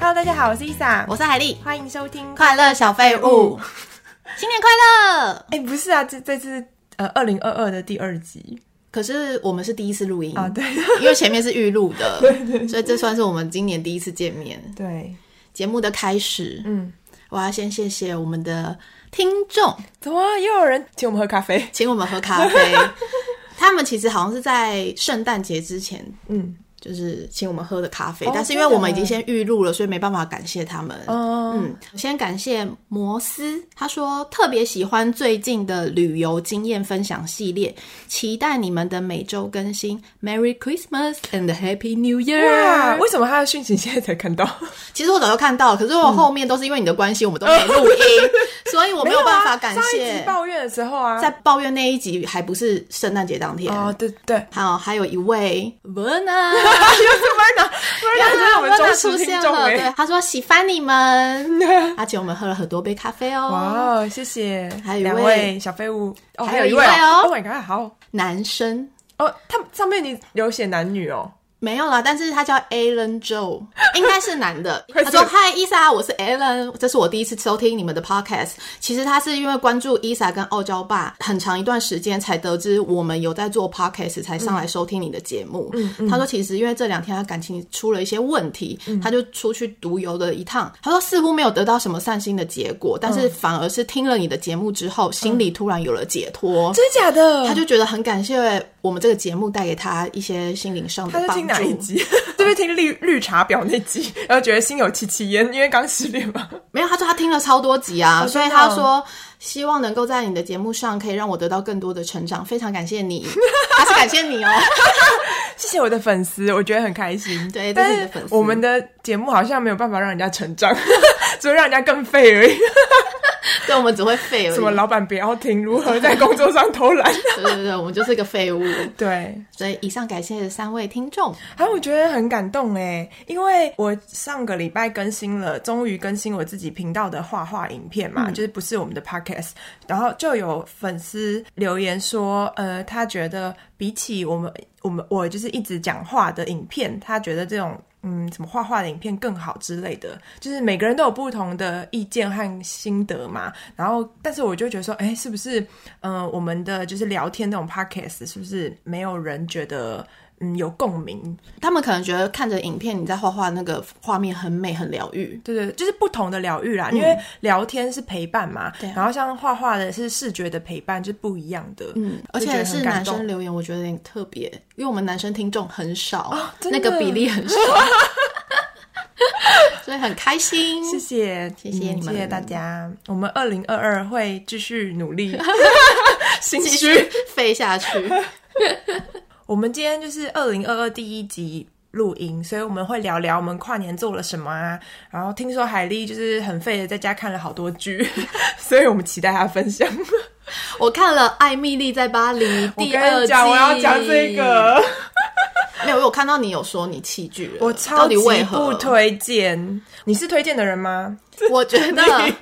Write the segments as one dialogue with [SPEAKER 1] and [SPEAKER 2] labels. [SPEAKER 1] 大家好，我是伊莎，
[SPEAKER 2] 我是海丽，
[SPEAKER 1] 欢迎收听。
[SPEAKER 2] 快乐小废物，新年快乐！
[SPEAKER 1] 哎，不是啊，这这次呃，二零二二的第二集
[SPEAKER 2] 可是我们是第一次录音
[SPEAKER 1] 啊，对
[SPEAKER 2] 因为前面是预录 的，所以这算是我们今年第一次见面。
[SPEAKER 1] 对，
[SPEAKER 2] 节目的开始，
[SPEAKER 1] 嗯，
[SPEAKER 2] 我要先谢谢我们的听众，
[SPEAKER 1] 怎么啊又有人请我们喝咖啡？
[SPEAKER 2] 请我们喝咖 啡。他们其实好像是在圣诞节之前，
[SPEAKER 1] 嗯，
[SPEAKER 2] 就是请我们喝的咖啡，
[SPEAKER 1] 哦
[SPEAKER 2] 但是因为
[SPEAKER 1] 真的
[SPEAKER 2] 我们已经先预录了，所以没办法感谢他们。
[SPEAKER 1] 嗯，
[SPEAKER 2] 嗯，先感谢摩斯，他说特别喜欢最近的旅游经验分享系列，期待你们的每周更新。Merry Christmas and Happy New
[SPEAKER 1] 哇，
[SPEAKER 2] Year！
[SPEAKER 1] 啊为什么他的讯息现在才看 到？
[SPEAKER 2] 其实我早就看到了，可是我后面都是因为你的关系，我们都没录音，所以我没有办法感
[SPEAKER 1] 没有啊上一
[SPEAKER 2] 谢。
[SPEAKER 1] 集抱怨的时候啊，
[SPEAKER 2] 在抱怨那一集还不是圣诞节当天。
[SPEAKER 1] 哦，对对，
[SPEAKER 2] 好，还有一位 Verna，
[SPEAKER 1] 不然他就是我们
[SPEAKER 2] Verna
[SPEAKER 1] 忠
[SPEAKER 2] 出
[SPEAKER 1] 实听
[SPEAKER 2] 现
[SPEAKER 1] 众
[SPEAKER 2] 了，
[SPEAKER 1] 哎。
[SPEAKER 2] 对，他说喜欢你们， 而且我们喝了很多杯咖啡哦。
[SPEAKER 1] 哇哦，谢谢
[SPEAKER 2] 还有一
[SPEAKER 1] 两
[SPEAKER 2] 位
[SPEAKER 1] 位小废物，哦，
[SPEAKER 2] 还
[SPEAKER 1] 有
[SPEAKER 2] 有
[SPEAKER 1] 位
[SPEAKER 2] 一位哦
[SPEAKER 1] ，Oh my god，好
[SPEAKER 2] 男生
[SPEAKER 1] 哦，他们上面你有写男女哦，
[SPEAKER 2] 没有啦，但是他叫 Alan Joe，应该是男的。
[SPEAKER 1] 快
[SPEAKER 2] 他
[SPEAKER 1] 速
[SPEAKER 2] 说：“嗨，伊莎，我是 Alan，这是我第一次收听你们的 podcast。其实他是因为关注伊莎跟傲娇爸很长一段时间，才得知我们有在做 podcast，才上来收听你的节目。
[SPEAKER 1] 嗯
[SPEAKER 2] 他说其实因为这两天他感情出了一些问题，
[SPEAKER 1] 嗯
[SPEAKER 2] 他就出去独游了一趟。他说似乎没有得到什么善心的结果，但
[SPEAKER 1] 嗯
[SPEAKER 2] 是反而是听了你的节目之后，心里突然有了解脱。
[SPEAKER 1] 真的假的？
[SPEAKER 2] 他就觉得很感谢我们这个节目带给他一些心灵上的
[SPEAKER 1] 他是
[SPEAKER 2] 帮助。
[SPEAKER 1] 听哪一集？ 是不是听绿绿茶婊那集？然后觉得心有戚戚焉，因为刚失恋嘛。
[SPEAKER 2] 没有，他说他听了超多集啊，
[SPEAKER 1] 哦
[SPEAKER 2] 所以
[SPEAKER 1] 真的哦
[SPEAKER 2] 他说希望能够在你的节目上可以让我得到更多的成长，非常感 谢你，他是感谢你哦。
[SPEAKER 1] 谢谢我的粉丝，我觉得很开心。
[SPEAKER 2] 对这
[SPEAKER 1] 但
[SPEAKER 2] 是
[SPEAKER 1] 是
[SPEAKER 2] 你的粉丝
[SPEAKER 1] 我们的节目好像没有办法让人家成长， 只会让人家更废而已。
[SPEAKER 2] 对，我们只会废而已。
[SPEAKER 1] 什么老板不要听，如何在工作上偷懒？
[SPEAKER 2] 对对对，我们就是一个废物。
[SPEAKER 1] 对，
[SPEAKER 2] 所以以上感谢三位听众，
[SPEAKER 1] 还有我觉得很感动哎，因为我上个礼拜更新了，终于更新我自己频道的画画影片嘛，就是不是我们的 podcast，然后就有粉丝留言说，呃，他觉得比起我们我们我就是一直讲话的影片，他觉得这种。嗯，怎么画画的影片更好之类的，就是每个人都有不同的意见和心得嘛。然后，但是我就觉得说，哎，是不是，嗯、我们的就是聊天那种 podcast，是不是没有人觉得，嗯，有共鸣？
[SPEAKER 2] 他们可能觉得看着影片你在画画那个画面很美很疗愈，
[SPEAKER 1] 对对，就是不同的疗愈啦，因为聊天是陪伴嘛，
[SPEAKER 2] 嗯对啊
[SPEAKER 1] 然后像画画的是视觉的陪伴，就是不一样的。
[SPEAKER 2] 嗯，而
[SPEAKER 1] 就觉
[SPEAKER 2] 且
[SPEAKER 1] 得很
[SPEAKER 2] 是
[SPEAKER 1] 感
[SPEAKER 2] 男
[SPEAKER 1] 动
[SPEAKER 2] 生留言，我觉得有点特别，因为我们男生听众很少，
[SPEAKER 1] 真的
[SPEAKER 2] 那个比例很少， 所以很开心。
[SPEAKER 1] 谢谢，
[SPEAKER 2] 谢谢
[SPEAKER 1] 嗯
[SPEAKER 2] 你们
[SPEAKER 1] 谢谢大家。我们二零二二会继续努 力，心
[SPEAKER 2] 继
[SPEAKER 1] 虚
[SPEAKER 2] 续。废下去。
[SPEAKER 1] 我们今天就是二零二二第一集录音，所以我们会聊聊我们跨年做了什么啊。然后听说海丽就是很废的，在家看了好多剧， 所以我们期待她分享。
[SPEAKER 2] 我看了《艾米丽在巴黎》
[SPEAKER 1] 我
[SPEAKER 2] 第
[SPEAKER 1] 跟
[SPEAKER 2] 二
[SPEAKER 1] 你
[SPEAKER 2] 季，
[SPEAKER 1] 讲，我要讲这，个，
[SPEAKER 2] 没有，我有看到你有说你弃剧了，
[SPEAKER 1] 我
[SPEAKER 2] 到
[SPEAKER 1] 超级
[SPEAKER 2] 底为
[SPEAKER 1] 不
[SPEAKER 2] 何？
[SPEAKER 1] 推荐。你是推荐的人吗？
[SPEAKER 2] 我觉 得
[SPEAKER 1] 你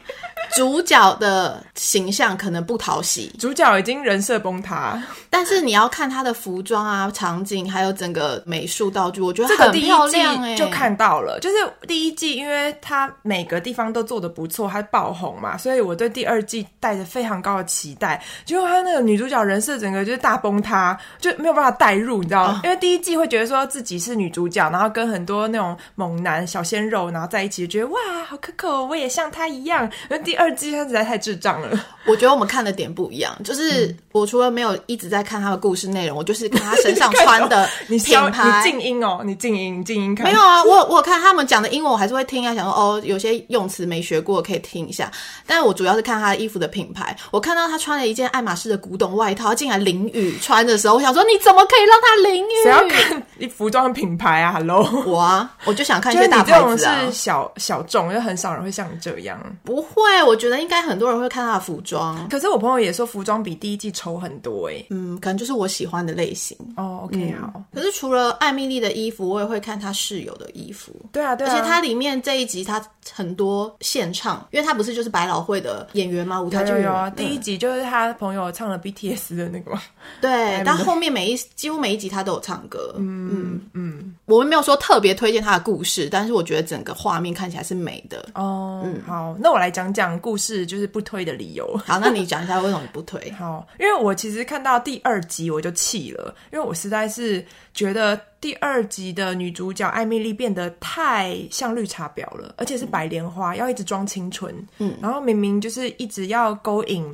[SPEAKER 2] 主角的形象可能不讨喜，
[SPEAKER 1] 主角已经人设崩塌，
[SPEAKER 2] 但是你要看他的服装啊、场景，还有整个美术道具，我觉
[SPEAKER 1] 这
[SPEAKER 2] 得
[SPEAKER 1] 个
[SPEAKER 2] 啊很
[SPEAKER 1] 第
[SPEAKER 2] 漂
[SPEAKER 1] 一季
[SPEAKER 2] 亮哎、
[SPEAKER 1] 就看到了，就是第一季，因为它每个地方都做的不错，它爆红嘛，所以我对第二季带着非常高的期待。结果它那个女主角人设整个就是大崩塌，就没有办法代入，你知道
[SPEAKER 2] 啊
[SPEAKER 1] 吗？因为第一季会觉得说自己是女主角，然后跟很多那种猛男小鲜肉，然后在一起，觉得哇好可口，我也像他一样。那第二季他实在太智障了，
[SPEAKER 2] 我觉得我们看的点不一样，
[SPEAKER 1] 嗯
[SPEAKER 2] 就是我除了没有一直在看他的故事内容，我就是看他身上
[SPEAKER 1] 你看
[SPEAKER 2] 穿的
[SPEAKER 1] 你
[SPEAKER 2] 品
[SPEAKER 1] 消你
[SPEAKER 2] 牌。
[SPEAKER 1] 静音哦，你静音，你静音看。
[SPEAKER 2] 没 有啊，我我有看他们讲的英文，我还是会听啊，想说哦，有些用词没学过可以听一下。但是我主要是看他的衣服的品牌，我看到他穿了一件爱马仕的古董外套，他竟然淋雨穿的时候，我想说你怎么可以让他淋雨？
[SPEAKER 1] 谁要看服装品牌啊？Hello。
[SPEAKER 2] 我啊，我就想看一
[SPEAKER 1] 就是
[SPEAKER 2] 些
[SPEAKER 1] 你
[SPEAKER 2] 大
[SPEAKER 1] 这
[SPEAKER 2] 牌
[SPEAKER 1] 种
[SPEAKER 2] 子啊
[SPEAKER 1] 是。小小众，就很少人会像你这样。
[SPEAKER 2] 不会，我觉得应该很多人会看他的服装，
[SPEAKER 1] 可是我朋友也说服装比第一季丑很多哎、
[SPEAKER 2] 嗯，可能就是我喜欢的类型。
[SPEAKER 1] 哦、o k 好，
[SPEAKER 2] 可是除了艾米丽的衣服，我也会看她室友的衣服。
[SPEAKER 1] 对啊，对
[SPEAKER 2] 而
[SPEAKER 1] 啊。
[SPEAKER 2] 且它里面这一集它很多现唱，因为它不是就是百老汇的演员吗？舞台剧
[SPEAKER 1] 有
[SPEAKER 2] 演
[SPEAKER 1] 有有
[SPEAKER 2] 员
[SPEAKER 1] 啊，第一集就是他朋友唱了 BTS 哎的那个嘛，
[SPEAKER 2] 对，但后面每一几乎每一集他都有唱歌，嗯，
[SPEAKER 1] 嗯嗯，
[SPEAKER 2] 我们没有说特别推荐他的故事，但是我觉得整个画面看起来是美的。
[SPEAKER 1] 哦，好，那我来讲讲故事，就是不推的理由。？
[SPEAKER 2] 好，那你讲一下为什么你不推
[SPEAKER 1] 好，因为我其实看到第二集我就气了，因为我实在是觉得第二集的女主角艾米丽变得太像绿茶婊了，而且是白莲花，要一直装清纯，嗯，然后明明就是一直要勾引。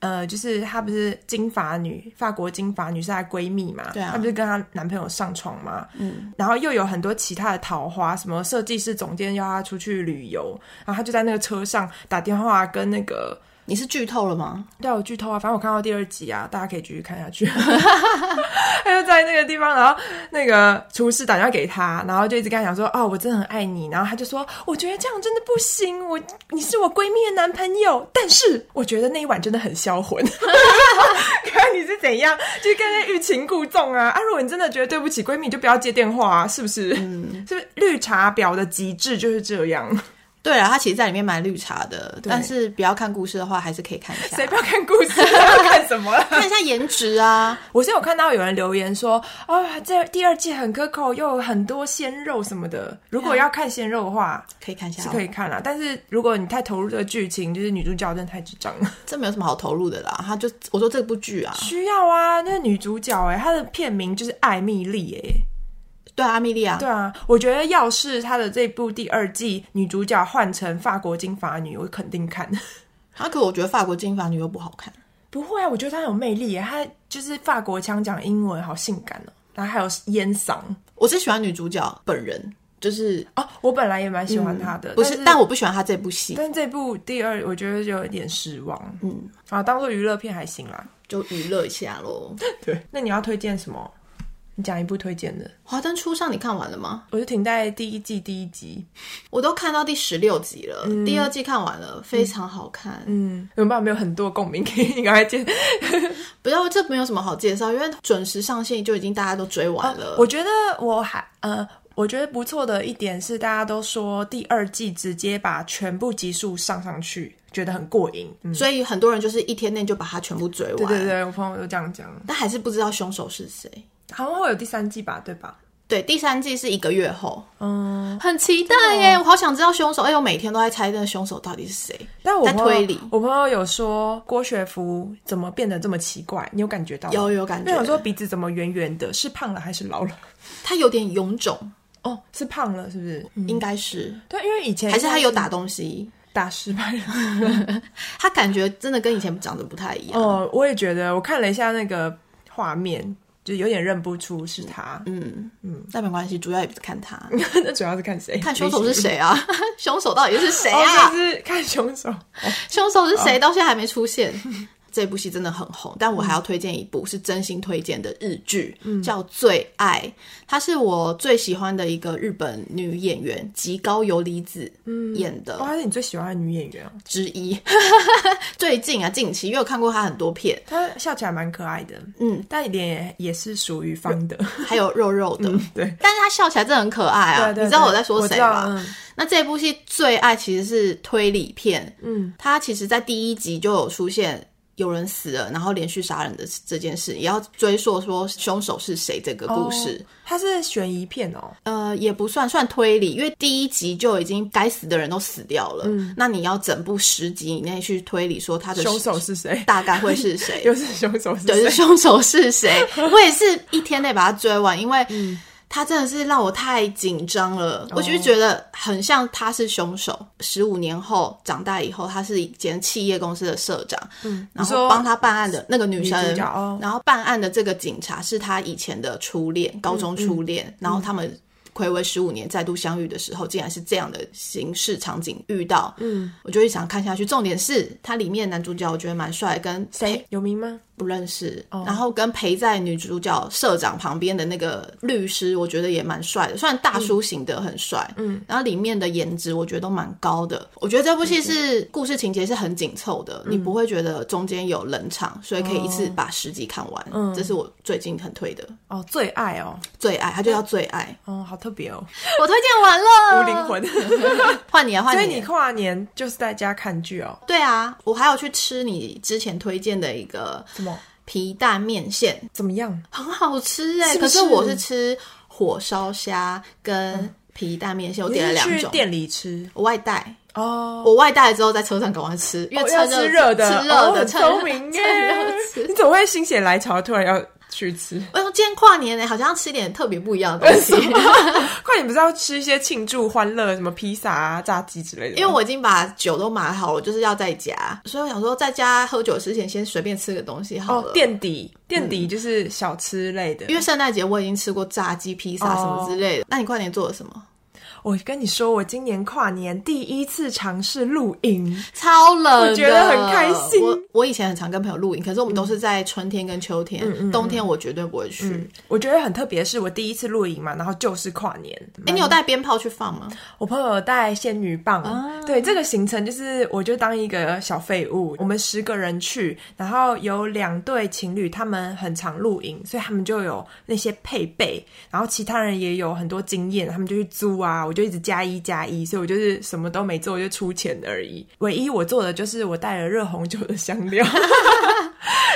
[SPEAKER 1] 呃，就是她不是金发女，法国金发女是她闺蜜嘛？
[SPEAKER 2] 对啊
[SPEAKER 1] 她不是跟她男朋友上床嘛？嗯，然后又有很多其他的桃花，什么设计师总监要她出去旅游，然后她就在那个车上打电话跟那个
[SPEAKER 2] 你是剧透了吗？
[SPEAKER 1] 对啊，我剧透啊，反正我看到第二集啊，大家可以继续看下去。 他就在那个地方，然后那个厨师打电话给他，然后就一直跟他讲说：“哦，我真的很爱你。”然后他就说：“哦我觉得这样真的不行，我你是我闺蜜的男朋友，但是我觉得那一晚真的很销魂。 看你是怎样，就是跟人家欲擒故纵啊！啊，如果你真的觉得对不起闺蜜，你就不要接电话啊，是不是？是不是绿茶婊的极致就是这样？
[SPEAKER 2] 对啊，他其实在里面蛮绿茶的，但是不要看故事的话，还是可以看一下
[SPEAKER 1] 谁。不要看故事，要看什么啦？
[SPEAKER 2] 看一下颜值啊，
[SPEAKER 1] 我是有看到有人留言说，啊、这第二季很可口，又有很多鲜肉什么的。如果要看鲜肉的话，
[SPEAKER 2] 可以看一下、
[SPEAKER 1] 是
[SPEAKER 2] 哦
[SPEAKER 1] 可以，看啦、但是如果你太投入这个剧情，就是女主角真的太智障了。
[SPEAKER 2] 这没有什么好投入的啦。他就我说这部剧啊，
[SPEAKER 1] 需要啊，那女主角哎、她的片名就是艾蜜莉哎、
[SPEAKER 2] 对啊，阿米莉啊，
[SPEAKER 1] 对啊，我觉得要是她的这部第二季女主角换成法国金发女，我肯定看。
[SPEAKER 2] 他可我觉得法国金发女又不好看，
[SPEAKER 1] 不会啊，我觉得她很有魅力、欸，她就是法国腔讲英文，好性感哦、然后还有烟嗓
[SPEAKER 2] 我是喜欢女主角本人，就是
[SPEAKER 1] 哦，我本来也蛮喜欢她的，
[SPEAKER 2] 嗯不是，
[SPEAKER 1] 但
[SPEAKER 2] 但我不喜欢她这部戏，
[SPEAKER 1] 但这部第二，我觉得就有点失望。嗯，啊，当做娱乐片还行啦。
[SPEAKER 2] 就娱乐一下喽。
[SPEAKER 1] 对，那你要推荐什么？你讲一部推荐的，
[SPEAKER 2] 华灯初上，你看完了吗？
[SPEAKER 1] 我就停在第一季第一集。
[SPEAKER 2] 我都看到第十六集了，第二季看完了，非常好看。
[SPEAKER 1] 嗯，有没有没有很多共鸣？可以你赶快接。
[SPEAKER 2] 不要，这没有什么好介绍，因为准时上线就已经大家都追完了。
[SPEAKER 1] 哦我觉得我还呃，我觉得不错的一点是，大家都说第二季直接把全部集数上上去，觉得很过瘾。嗯，
[SPEAKER 2] 所以很多人就是一天内就把它全部追完。
[SPEAKER 1] 对对对，我朋友都这样讲。
[SPEAKER 2] 但还是不知道凶手是谁。
[SPEAKER 1] 好像会有第三季吧，对吧？
[SPEAKER 2] 对，第三季是一个月后，
[SPEAKER 1] 嗯，哦
[SPEAKER 2] 很期待耶！我好想知道凶手，哎、我每天都在猜那个凶手到底是谁。
[SPEAKER 1] 但我
[SPEAKER 2] 在
[SPEAKER 1] 朋友
[SPEAKER 2] 推理
[SPEAKER 1] 我朋友有说郭雪芙怎么变得这么奇怪？你有感觉到吗？
[SPEAKER 2] 有有感觉
[SPEAKER 1] 因为我说鼻子怎么圆圆的？是胖了还是老了？
[SPEAKER 2] 他有点臃肿，
[SPEAKER 1] 哦，是胖了，是不是？嗯
[SPEAKER 2] 应该是，
[SPEAKER 1] 对，因为以前
[SPEAKER 2] 还是他有打东西。
[SPEAKER 1] 打失败了。
[SPEAKER 2] 他感觉真的跟以前长得不太一 样。
[SPEAKER 1] 哦，我也觉得，我看了一下那个画面，就有点认不出是他。
[SPEAKER 2] 嗯嗯，但没关系，主要也不是看他，
[SPEAKER 1] 那主要是看谁？
[SPEAKER 2] 看凶手是谁啊？ 凶手到底是谁
[SPEAKER 1] 哦，
[SPEAKER 2] 啊？
[SPEAKER 1] 就是看凶手。
[SPEAKER 2] 凶手是谁？到现在还没出现。 这部戏真的很红，但我还要推荐一部是真心推荐的日剧，叫《最爱》，她是我最喜欢的一个日本女演员吉高由里子演的
[SPEAKER 1] 哦，她是你最喜欢的女演员哦，
[SPEAKER 2] 之一。 最近啊，近期因为我看过她很多片，
[SPEAKER 1] 她笑起来蛮可爱的，
[SPEAKER 2] 嗯，
[SPEAKER 1] 但脸也也是属于方的。
[SPEAKER 2] 还有肉肉的，
[SPEAKER 1] 对，
[SPEAKER 2] 但是她笑起来真的很可爱啊。
[SPEAKER 1] 对 对
[SPEAKER 2] 你知道
[SPEAKER 1] 对
[SPEAKER 2] 我在说
[SPEAKER 1] 我
[SPEAKER 2] 谁
[SPEAKER 1] 知道
[SPEAKER 2] 吗？
[SPEAKER 1] 嗯
[SPEAKER 2] 那这部戏《最爱》其实是推理片，嗯，它其实在第一集就有出现有人死了，然后连续杀人的这件事，也要追溯说凶手是谁这个故事。
[SPEAKER 1] 哦她是悬疑片哦。
[SPEAKER 2] 呃，也不算算推理，因为第一集就已经该死的人都死掉了，那你要整部十集以内去推理说他的
[SPEAKER 1] 嗯凶手是谁？，
[SPEAKER 2] 大概会是谁
[SPEAKER 1] 又是凶手是
[SPEAKER 2] 对，
[SPEAKER 1] 谁
[SPEAKER 2] 是？凶手是谁？ 我也是一天内把它追完，因为
[SPEAKER 1] 嗯
[SPEAKER 2] 他真的是让我太紧张
[SPEAKER 1] 哦
[SPEAKER 2] 了。我就是觉得很像他是凶手。十五年后长大以后，他是一间企业公司的社长，然
[SPEAKER 1] 嗯你
[SPEAKER 2] 后
[SPEAKER 1] 说
[SPEAKER 2] 帮他办案的那个女生
[SPEAKER 1] 女主角哦
[SPEAKER 2] 然后办案的这个警察是他以前的初
[SPEAKER 1] 嗯
[SPEAKER 2] 恋，高中初恋，然后他们。暌违十五年再度相遇的时候，竟然是这样的形式场景遇到，嗯，我就一直想看下去。重点是它里面的男主角我觉得蛮帅，跟
[SPEAKER 1] 谁有名吗？
[SPEAKER 2] 不认识，然后跟陪在女主角社长旁边的那个律师，我觉得也蛮帅的，虽然大叔型的很帅，嗯，然后里面的颜值我觉得都蛮高的。我觉得这部戏是故事情节是很紧凑的，你不会觉得中间有冷场，所以可以一次把十集看完。这是我最近很推的
[SPEAKER 1] 哦，最爱哦，
[SPEAKER 2] 最爱，它就叫最爱，
[SPEAKER 1] 哦，好特别哦，
[SPEAKER 2] 我推荐完了，
[SPEAKER 1] 无灵，魂。
[SPEAKER 2] 换你啊，换
[SPEAKER 1] 所以
[SPEAKER 2] 你
[SPEAKER 1] 你
[SPEAKER 2] 啊。
[SPEAKER 1] 跨年 就是在家看剧哦？
[SPEAKER 2] 对啊，我还有去吃你之前推荐的一个
[SPEAKER 1] 什么？
[SPEAKER 2] 皮蛋面线，
[SPEAKER 1] 怎么样？
[SPEAKER 2] 很好吃哎、
[SPEAKER 1] 是不
[SPEAKER 2] 可
[SPEAKER 1] 是
[SPEAKER 2] 是我是吃火烧虾跟皮蛋面线，我点了
[SPEAKER 1] 你
[SPEAKER 2] 两
[SPEAKER 1] 是去
[SPEAKER 2] 种，
[SPEAKER 1] 店里吃
[SPEAKER 2] 我外带。
[SPEAKER 1] 哦，
[SPEAKER 2] 我外带了之后在车上赶快吃，因为
[SPEAKER 1] 哦
[SPEAKER 2] 趁
[SPEAKER 1] 要
[SPEAKER 2] 热
[SPEAKER 1] 吃热的，
[SPEAKER 2] 吃热
[SPEAKER 1] 哦
[SPEAKER 2] 的，
[SPEAKER 1] 很
[SPEAKER 2] 趁热
[SPEAKER 1] 聪明耶
[SPEAKER 2] 趁热吃。
[SPEAKER 1] 你怎么会心血来潮突然要去吃？
[SPEAKER 2] 哎呦，今天跨年呢，好像要吃点特别不一样的 东西，
[SPEAKER 1] 快点，不是要吃一些庆祝欢乐，什么披萨啊、炸鸡之类的吗？
[SPEAKER 2] 因为我已经把酒都买好了，就是要在家，所以我想说在家喝酒之前先随便吃个东西好了。
[SPEAKER 1] 哦，垫底，垫底就是小吃类的。
[SPEAKER 2] 嗯因为圣诞节我已经吃过炸鸡、披萨什么
[SPEAKER 1] 哦
[SPEAKER 2] 之类的。那你跨年做了什么？
[SPEAKER 1] 我跟你说，我今年跨年第一次尝试露营，
[SPEAKER 2] 超冷的，
[SPEAKER 1] 我觉得很开心
[SPEAKER 2] 我我以前很常跟朋友露营，可是我们都是在春天跟
[SPEAKER 1] 嗯
[SPEAKER 2] 秋天，冬天我绝对不会去。
[SPEAKER 1] 我觉得很特别，是我第一次露营嘛，然后就是跨年。
[SPEAKER 2] 哎、你有带鞭炮去放吗？
[SPEAKER 1] 我朋友带仙女棒，
[SPEAKER 2] 啊
[SPEAKER 1] 对这个行程就是我就当一个小废物。我们十个人去，然后有两对情侣，他们很常露营，所以他们就有那些配备，然后其他人也有很多经验，他们就去租啊，我就一直加一加一，所以我就是什么都没做，我就出钱而已。唯一我做的就是我带了热红酒的香料。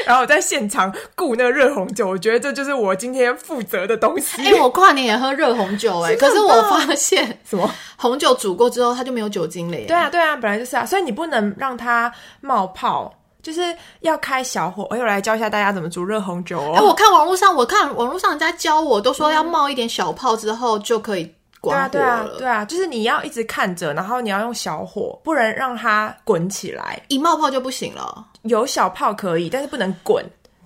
[SPEAKER 1] 然后我在现场雇那个热红酒，我觉得这就是我今天负责的东西。
[SPEAKER 2] 哎、我跨年也喝热红酒、哎，可是我发现
[SPEAKER 1] 什么？
[SPEAKER 2] 红酒煮过之后它就没有酒精了耶。
[SPEAKER 1] 对啊，对啊，本来就是啊，所以你不能让它冒泡，就是要开小火。哎我又来教一下大家怎么煮热红酒
[SPEAKER 2] 哎、
[SPEAKER 1] 哦。
[SPEAKER 2] 我看网络上，我看网络上人家教我，都说要冒一点小泡之后就可以
[SPEAKER 1] 对
[SPEAKER 2] 关
[SPEAKER 1] 啊，
[SPEAKER 2] 火
[SPEAKER 1] 对啊
[SPEAKER 2] 了。，
[SPEAKER 1] 对啊，就是你要一直看着，然后你要用小火，不能让它滚起来。
[SPEAKER 2] 一冒泡就不行了。
[SPEAKER 1] 有小泡可以，但是不能滚，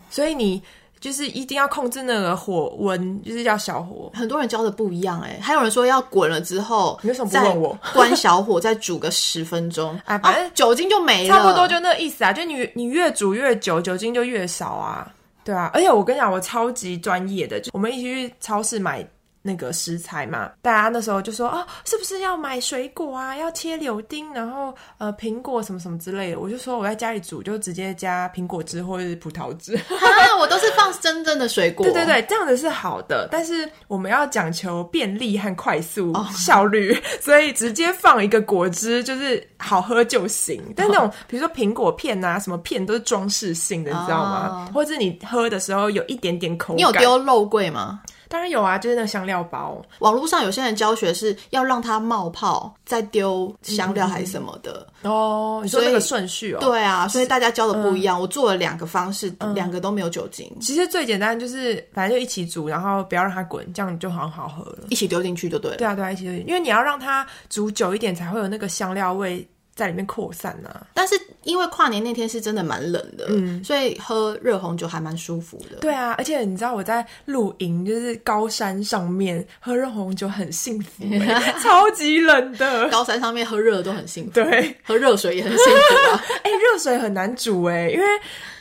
[SPEAKER 1] 所以你就是一定要控制那个火温，就是要小火。
[SPEAKER 2] 很多人教的不一样哎、还有人说要滚了之后，
[SPEAKER 1] 你为什么不
[SPEAKER 2] 再
[SPEAKER 1] 问我
[SPEAKER 2] 关小火再煮个十分钟？
[SPEAKER 1] 哎反正
[SPEAKER 2] 啊酒精就没了，
[SPEAKER 1] 差不多就那个意思啊，就你你越煮越久，酒精就越少啊，对啊。而且我跟你讲，我超级专业的，就我们一起去超市买那个食材嘛，大家那时候就说啊，是不是要买水果啊，要切柳丁，然后呃苹果什么什么之类的，我就说我在家里煮就直接加苹果汁或者是葡萄汁，
[SPEAKER 2] 啊！我都是放真正的水果，
[SPEAKER 1] 对对对，这样子是好的，但是我们要讲求便利和快速、
[SPEAKER 2] 哦
[SPEAKER 1] 效率， 所以直接放一个果汁就是好喝就行。但那种、比如说苹果片啊，什么片都是装饰性的，你知道吗？或者你喝的时候有一点点口感，
[SPEAKER 2] 哦你有？丢肉桂吗？
[SPEAKER 1] 当然有啊，就是那个香料包。
[SPEAKER 2] 网络上有些人教学是要让它冒泡，再丢香料还是什么的。
[SPEAKER 1] 哦，你说
[SPEAKER 2] 所
[SPEAKER 1] 那
[SPEAKER 2] 以
[SPEAKER 1] 个顺序哦，
[SPEAKER 2] 对啊，所以大家教的不一
[SPEAKER 1] 嗯
[SPEAKER 2] 样。我做了两个方式，两个都没有酒精，
[SPEAKER 1] 其实最简单就是反正就一起煮，然后不要让它滚，这样就很好喝了。
[SPEAKER 2] 一起丢进去就对了。
[SPEAKER 1] 对啊，对啊，一起因为你要让它煮久一点，才会有那个香料味在里面扩散啊呢、
[SPEAKER 2] 但是因为跨年那天是真的蛮冷的，所以喝热红酒还蛮舒服的。
[SPEAKER 1] 嗯对啊，而且你知道我在露营，就是高山上面喝热红酒很幸福、欸 超级冷的。
[SPEAKER 2] 高山上面喝热的都很幸福，
[SPEAKER 1] 对，
[SPEAKER 2] 喝热水也很幸福 啊。
[SPEAKER 1] 哎、热水很难煮哎、因为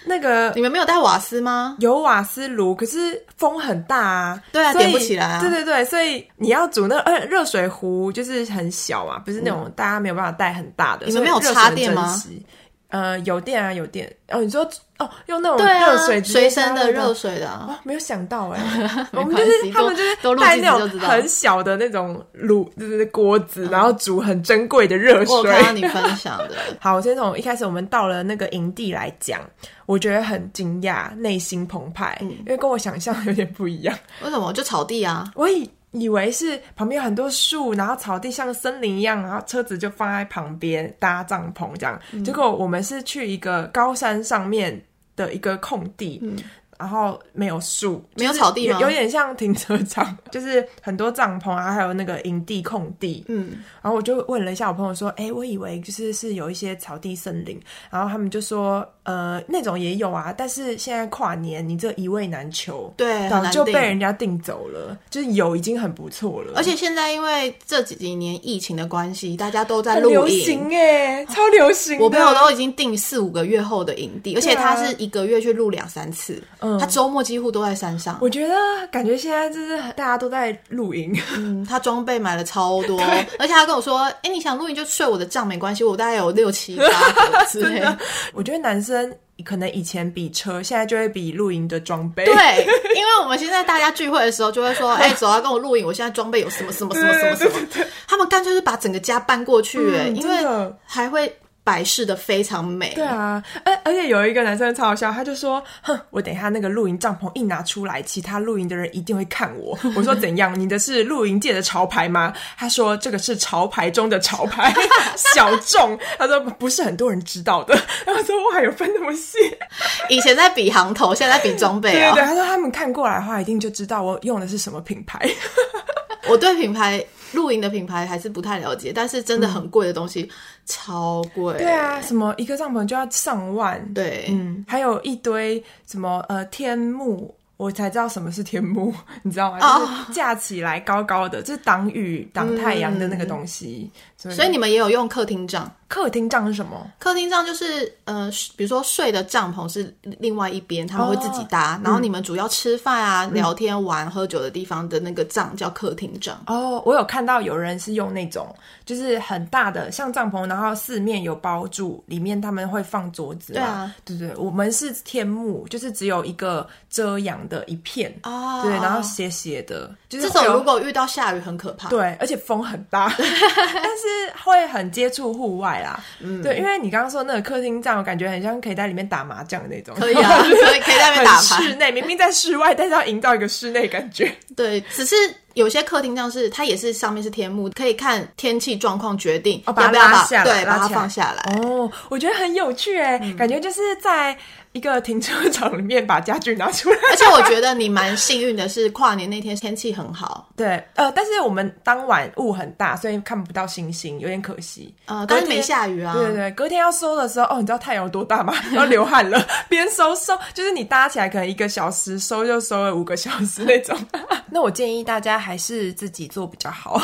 [SPEAKER 1] 那个
[SPEAKER 2] 你们没有带瓦斯吗？
[SPEAKER 1] 有瓦斯炉，可是风很大啊，
[SPEAKER 2] 对啊
[SPEAKER 1] 所以
[SPEAKER 2] 点不起来啊
[SPEAKER 1] 对对对，所以你要煮那呃热水壶就是很小啊嘛，不是那种大家没有办法带很大的。
[SPEAKER 2] 嗯你们没有
[SPEAKER 1] 所以热
[SPEAKER 2] 插
[SPEAKER 1] 水
[SPEAKER 2] 电
[SPEAKER 1] 很
[SPEAKER 2] 吗
[SPEAKER 1] 珍惜？呃，有电啊，有电。哦，你说哦，用那种
[SPEAKER 2] 对啊
[SPEAKER 1] 热水，直接
[SPEAKER 2] 随身
[SPEAKER 1] 加那个
[SPEAKER 2] 的热水的 啊。
[SPEAKER 1] 哦，没有想到哎、
[SPEAKER 2] 没
[SPEAKER 1] 我们就
[SPEAKER 2] 关
[SPEAKER 1] 是
[SPEAKER 2] 系
[SPEAKER 1] 他
[SPEAKER 2] 多
[SPEAKER 1] 们就是
[SPEAKER 2] 多录
[SPEAKER 1] 带
[SPEAKER 2] 几
[SPEAKER 1] 那
[SPEAKER 2] 集就
[SPEAKER 1] 种
[SPEAKER 2] 知道嗯
[SPEAKER 1] 很小的那种炉，就是锅子，然后煮很珍贵的热
[SPEAKER 2] 我有看到
[SPEAKER 1] 水。
[SPEAKER 2] 你分享的，
[SPEAKER 1] 好，先从一开始我们到了那个营地来讲，我觉得很惊讶，内心澎湃，
[SPEAKER 2] 嗯
[SPEAKER 1] 因为跟我想象有点不一样。
[SPEAKER 2] 为什么就草地啊？
[SPEAKER 1] 我以以为是旁边有很多树，然后草地像森林一样，然后车子就放在旁边搭帐篷这样。
[SPEAKER 2] 嗯
[SPEAKER 1] 结果我们是去一个高山上面的一个空地，然后没有树，
[SPEAKER 2] 嗯没有草地吗
[SPEAKER 1] 有有点像停车场， 就是很多帐篷啊，还有那个营地空地。
[SPEAKER 2] 嗯，
[SPEAKER 1] 然后我就问了一下我朋友说，哎、我以为就是是有一些草地森林，然后他们就说，呃，那种也有啊，但是现在跨年你这一位难求，
[SPEAKER 2] 对，很
[SPEAKER 1] 早
[SPEAKER 2] 难
[SPEAKER 1] 就被
[SPEAKER 2] 定
[SPEAKER 1] 人家订走了，就是有已经很不错了，
[SPEAKER 2] 而且现在因为这几年疫情的关系，大家都在
[SPEAKER 1] 很
[SPEAKER 2] 露
[SPEAKER 1] 流
[SPEAKER 2] 营。
[SPEAKER 1] 行哎，超流行的。
[SPEAKER 2] 我朋友都已经订四五个月后的营地，而且
[SPEAKER 1] 对啊嗯
[SPEAKER 2] 他是一个月去露两三次，他周末几乎都在山上。
[SPEAKER 1] 我觉得感觉现在就是大家都在露营，
[SPEAKER 2] 嗯，他装备买了超多，而且他跟我说：“哎、你想露营就睡我的帐没关系，我大概有六七八 个之类。
[SPEAKER 1] 我觉得男生可能以前比车，现在就会比露营的装”备。
[SPEAKER 2] 对，因为我们现在大家聚会的时候就 会说：“哎、走啊，跟我露营，我现在装备有什么什么什么什么什么。”他们干脆是把整个家搬过去、哎、
[SPEAKER 1] 嗯
[SPEAKER 2] 因
[SPEAKER 1] 真
[SPEAKER 2] 为
[SPEAKER 1] 的
[SPEAKER 2] 还会摆饰的非常美。
[SPEAKER 1] 对啊，而而且有一个男生超好笑，他就说：“哼，我等一下那个露营帐篷一拿出来，其他露营的人一定会看我。” 我说：“怎样？你的是露营界的潮牌吗？”他说：“这个是潮牌中的潮牌， 小众。”他说：“不是很多人知道的。”然后说：“哇，有分那么细？”
[SPEAKER 2] 以前在比行头，现在比装备
[SPEAKER 1] 对
[SPEAKER 2] 啊、
[SPEAKER 1] 对对，他说他们看过来的话，一定就知道我用的是什么品牌。
[SPEAKER 2] 我对品牌露营的品牌还是不太了解，但是真的很贵的东西，超贵。
[SPEAKER 1] 嗯对啊，什么一个帐篷就要上万，
[SPEAKER 2] 对，
[SPEAKER 1] 嗯，还有一堆什么呃天幕，我才知道什么是天幕， 你知道吗？
[SPEAKER 2] 哦
[SPEAKER 1] 就是架起来高高的，就是挡雨、挡太阳的那个东西。
[SPEAKER 2] 嗯所以你们也有用客厅帐。
[SPEAKER 1] 客厅帐是什么？
[SPEAKER 2] 客厅帐就是呃，比如说睡的帐篷是另外一边，他们会自己搭，然后你们主要吃饭啊、聊天、玩、喝酒的地方的那个帐叫客厅帐。
[SPEAKER 1] 哦，我有看到有人是用那种，就是很大的像帐篷，然后四面有包住，里面他们会放桌子。
[SPEAKER 2] 对啊，
[SPEAKER 1] 对对，我们是天幕，就是只有一个遮阳的一片，
[SPEAKER 2] 哦
[SPEAKER 1] 对，然后斜斜的，就是
[SPEAKER 2] 这
[SPEAKER 1] 会
[SPEAKER 2] 种
[SPEAKER 1] 有
[SPEAKER 2] 如果遇到下雨很可怕。
[SPEAKER 1] 对，而且风很大， 但是会很接触户外啦。
[SPEAKER 2] 嗯
[SPEAKER 1] 对，因为你刚刚说那个客厅帐，我感觉很像可以在里面打麻将的那种，
[SPEAKER 2] 可以 啊，
[SPEAKER 1] 就是
[SPEAKER 2] 可以可以在那边打
[SPEAKER 1] 很室
[SPEAKER 2] 牌。
[SPEAKER 1] 内，明明在室外，但是要营造一个室内感觉。
[SPEAKER 2] 对，只是有些客厅帐是它也是上面是天幕，可以看天气状况决定
[SPEAKER 1] 哦把它
[SPEAKER 2] 要不要
[SPEAKER 1] 拉
[SPEAKER 2] 把
[SPEAKER 1] 下来
[SPEAKER 2] 对
[SPEAKER 1] 拉
[SPEAKER 2] 把它
[SPEAKER 1] 起来
[SPEAKER 2] 放下来。
[SPEAKER 1] 哦，我觉得很有趣哎、
[SPEAKER 2] 嗯
[SPEAKER 1] 感觉就是在一个停车场里面把家具拿出 来。
[SPEAKER 2] 而且我觉得你蛮幸运的是，跨年那天天气很好，
[SPEAKER 1] 对，呃，但是我们当晚雾很大，所以看不到星星，有点可惜。
[SPEAKER 2] 呃，
[SPEAKER 1] 隔
[SPEAKER 2] 但是
[SPEAKER 1] 天
[SPEAKER 2] 没下雨啊。
[SPEAKER 1] 对对对，隔天要收的时候，哦，你知道太阳有多 大吗？要流汗了， 边收收，就是你搭起来可能一个小时，收就收了五个小时那 种。那我建议大家还是自己做比较 好，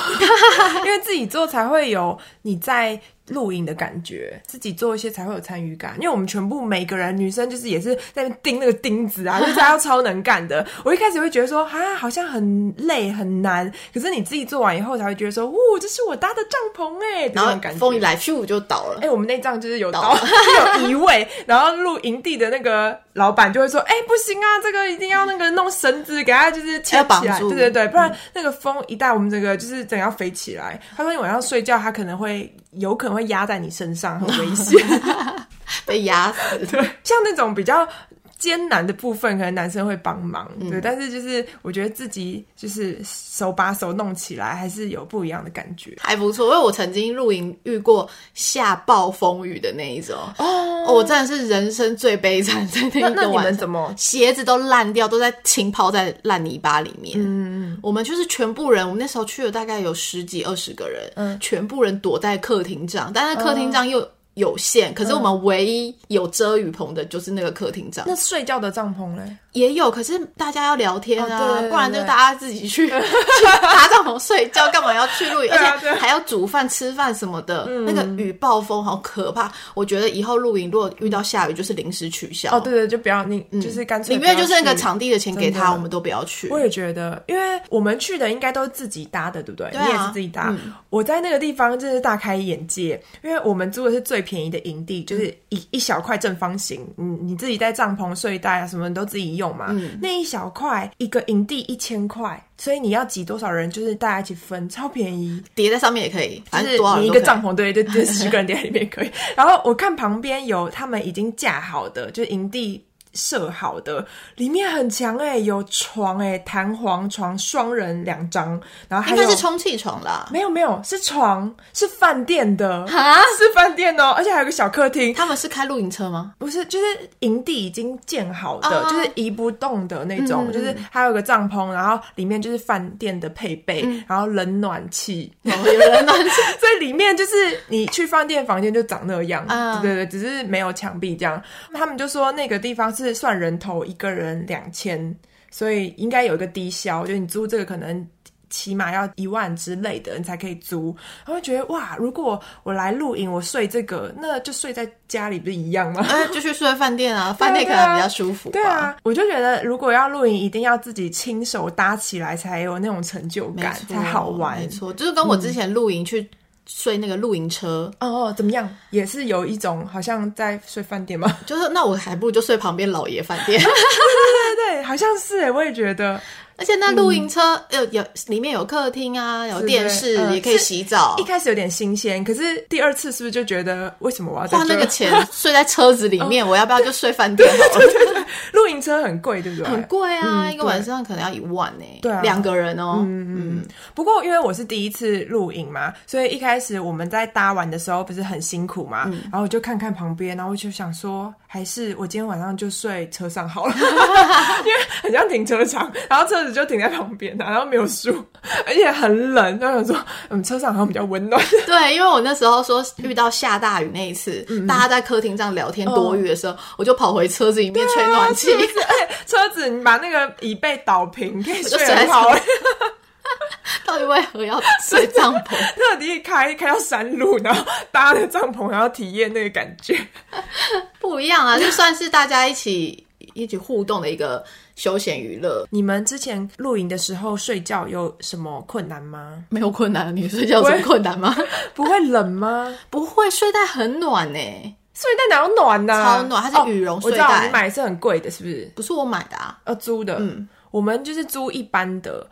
[SPEAKER 1] 因为自己做才会有你在。露营的感觉，自己做一些才会有参与感。因为我们全部每个人，女生就是也是在那边钉那个钉子 啊，就是要超能干的。我一开始会觉得说啊，好像很累很难，可是你自己做完以后才会觉得说，哦，这是我搭的帐篷哎、欸，
[SPEAKER 2] 然
[SPEAKER 1] 这种感
[SPEAKER 2] 后
[SPEAKER 1] 觉
[SPEAKER 2] 风一来，咻就倒了
[SPEAKER 1] 哎、。我们那仗就是有刀，就 有移位，然后露营地的那个老板就会说，哎、不行啊，这个一定要那个弄绳子给他就是牵
[SPEAKER 2] 要绑
[SPEAKER 1] 起来，
[SPEAKER 2] 住嗯
[SPEAKER 1] 对对对，不然那个风一带我们这个就是整个要飞起来。他说你晚上睡觉，他可能会有可能会压在你身上，很 危险。
[SPEAKER 2] 被压死。
[SPEAKER 1] 对，像那种比较。艰难的部分，可能男生会帮忙，
[SPEAKER 2] 嗯
[SPEAKER 1] 对，但是就是我觉得自己就是手把手弄起来，还是有不一样的感觉。
[SPEAKER 2] 还不错，因为我曾经露营遇过下暴风雨的那一种，哦，我真的是人生最悲惨在那一
[SPEAKER 1] 那
[SPEAKER 2] 个
[SPEAKER 1] 那你
[SPEAKER 2] 晚
[SPEAKER 1] 们
[SPEAKER 2] 上
[SPEAKER 1] 怎么
[SPEAKER 2] 鞋子都烂掉，都在浸泡在烂泥巴里面。嗯，我们就是全部人，我们那时候去了大概有十几二十个人，嗯，全部人躲在客厅帐，但是客厅帐又有限，可是我们唯一有遮雨棚的就是那个客厅帐，
[SPEAKER 1] 那睡觉的帐篷嘞？
[SPEAKER 2] 也有，可是大家要聊天啊，
[SPEAKER 1] 哦对对对
[SPEAKER 2] 不然就大家自己去 去 搭帐篷睡觉，干嘛要去露营？
[SPEAKER 1] 对啊嗯
[SPEAKER 2] 而且
[SPEAKER 1] 对啊
[SPEAKER 2] 还要煮饭、吃饭什么的，那个雨暴风好可怕。我觉得以后露营如果遇到下雨，就是临时取消。
[SPEAKER 1] 哦，对对，就不要你，
[SPEAKER 2] 嗯
[SPEAKER 1] 就是干脆
[SPEAKER 2] 宁
[SPEAKER 1] 不要
[SPEAKER 2] 愿就是那个
[SPEAKER 1] 去
[SPEAKER 2] 场地的钱给
[SPEAKER 1] 真
[SPEAKER 2] 他，
[SPEAKER 1] 的
[SPEAKER 2] 我们都不要去
[SPEAKER 1] 我。也觉得，因为我们去的应该都是自己搭的，对不对？
[SPEAKER 2] 啊
[SPEAKER 1] 你也是自己搭。我在那个地方真是大开眼界，因为我们租的是最便宜的营地，就是
[SPEAKER 2] 嗯
[SPEAKER 1] 一、一小块正方形，你你自己带帐篷、睡袋啊什么你都自己用嘛。
[SPEAKER 2] 嗯
[SPEAKER 1] 那一小块一个营地一千块，所以你要挤多少人，就是大家一起分，超便宜。
[SPEAKER 2] 叠在上面也可以，反
[SPEAKER 1] 就是
[SPEAKER 2] 正多少人
[SPEAKER 1] 你一
[SPEAKER 2] 都
[SPEAKER 1] 个
[SPEAKER 2] 可以
[SPEAKER 1] 帐篷，对，就就十个人叠在里面可以。 然后我看旁边有他们已经架好的，就是营地。设好的，里面很强哎、有床哎、弹簧床双人两张，然后还
[SPEAKER 2] 应
[SPEAKER 1] 有
[SPEAKER 2] 该是充气床啦。
[SPEAKER 1] 没有没有是床是饭店的，
[SPEAKER 2] 啊，
[SPEAKER 1] 是饭店哦，而且还有个小客厅，
[SPEAKER 2] 他们是开露营车吗？
[SPEAKER 1] 不是，就是营地已经建好的，
[SPEAKER 2] 哦嗯
[SPEAKER 1] 就是移不动的那种，就是还有个帐篷，然后里面就是饭店的配备，然后冷暖气，
[SPEAKER 2] 嗯哦有人 暖气
[SPEAKER 1] 所以里面就是你去饭店房间就长那样，
[SPEAKER 2] 啊
[SPEAKER 1] 对对对，只是没有墙壁这样。他们就说那个地方是算人头一个人两千，所以应该有一个低消，就你租这个可能。起码要一万之类的，你才可以租。然后觉得哇，如果我来露营，我睡这个，那就睡在家里不是一样吗？
[SPEAKER 2] 哎，就去睡饭店啊，饭店可
[SPEAKER 1] 对啊
[SPEAKER 2] 能比较舒服吧。
[SPEAKER 1] 对啊，我就觉得如果要露营，一定要自己亲手搭起来，才有那种成就
[SPEAKER 2] 没
[SPEAKER 1] 感，
[SPEAKER 2] 错
[SPEAKER 1] 才好玩嗯
[SPEAKER 2] 没。错，就是跟我之前露营去睡那个露营车，
[SPEAKER 1] 哦哦，怎么样？也是有一种好像在睡饭店吗？
[SPEAKER 2] 就是那我还不如就睡旁边老爷饭店，
[SPEAKER 1] 欸对对，好像是哎，我也觉得。
[SPEAKER 2] 而且那露营车呃有里面有客厅啊，有电视，
[SPEAKER 1] 嗯
[SPEAKER 2] 也可以洗澡
[SPEAKER 1] 一。开始有点新鲜，可是第二次是不是就觉得为什么我要在
[SPEAKER 2] 花那
[SPEAKER 1] 这
[SPEAKER 2] 个钱 睡在车子里
[SPEAKER 1] 嗯
[SPEAKER 2] 面，我要不要就睡饭店好了？
[SPEAKER 1] 露营车很贵，对不对？
[SPEAKER 2] 很贵啊，一个晚上可能要一万呢、
[SPEAKER 1] 嗯对啊
[SPEAKER 2] 两个人哦、嗯
[SPEAKER 1] 不过因为我是第一次露营嘛，所以一开始我们在搭完的时候不是很辛苦嘛，
[SPEAKER 2] 嗯
[SPEAKER 1] 然后我就看看旁边，然后我就想说，还是我今天晚上就睡车上 好了，因为很像停车场，然后车子就停在旁边啊，然后没有树， 而且很冷，就想说，嗯，车上好像比较温 暖。
[SPEAKER 2] 对，因为我那时候说遇到下大雨那一次，
[SPEAKER 1] 嗯
[SPEAKER 2] 大家在客厅这样聊天多雨的时候，我就跑回车子里面吹暖气，
[SPEAKER 1] 是不是？哎车子你把那个椅背倒平，可以
[SPEAKER 2] 我就
[SPEAKER 1] 睡
[SPEAKER 2] 睡在
[SPEAKER 1] 很好欸
[SPEAKER 2] 车。到底为何要睡帐篷？
[SPEAKER 1] 特地开开到山路，然后搭着帐篷，然后体验那个感觉。
[SPEAKER 2] 不一样啊， 就算是大家一起一起互动的一个休闲娱乐，
[SPEAKER 1] 你们之前露营的时候睡觉有什么困难吗？
[SPEAKER 2] 没有困难。你睡觉有什么
[SPEAKER 1] 喂
[SPEAKER 2] 困难 吗？
[SPEAKER 1] 不会冷吗？
[SPEAKER 2] 不会，睡袋很暖呢、
[SPEAKER 1] 睡袋哪有暖呢、
[SPEAKER 2] 超暖它是羽绒睡袋
[SPEAKER 1] 哦我知道你买的是很贵的，是不是？
[SPEAKER 2] 不是我买的啊。
[SPEAKER 1] 呃，租的。嗯，我们就是租一般的，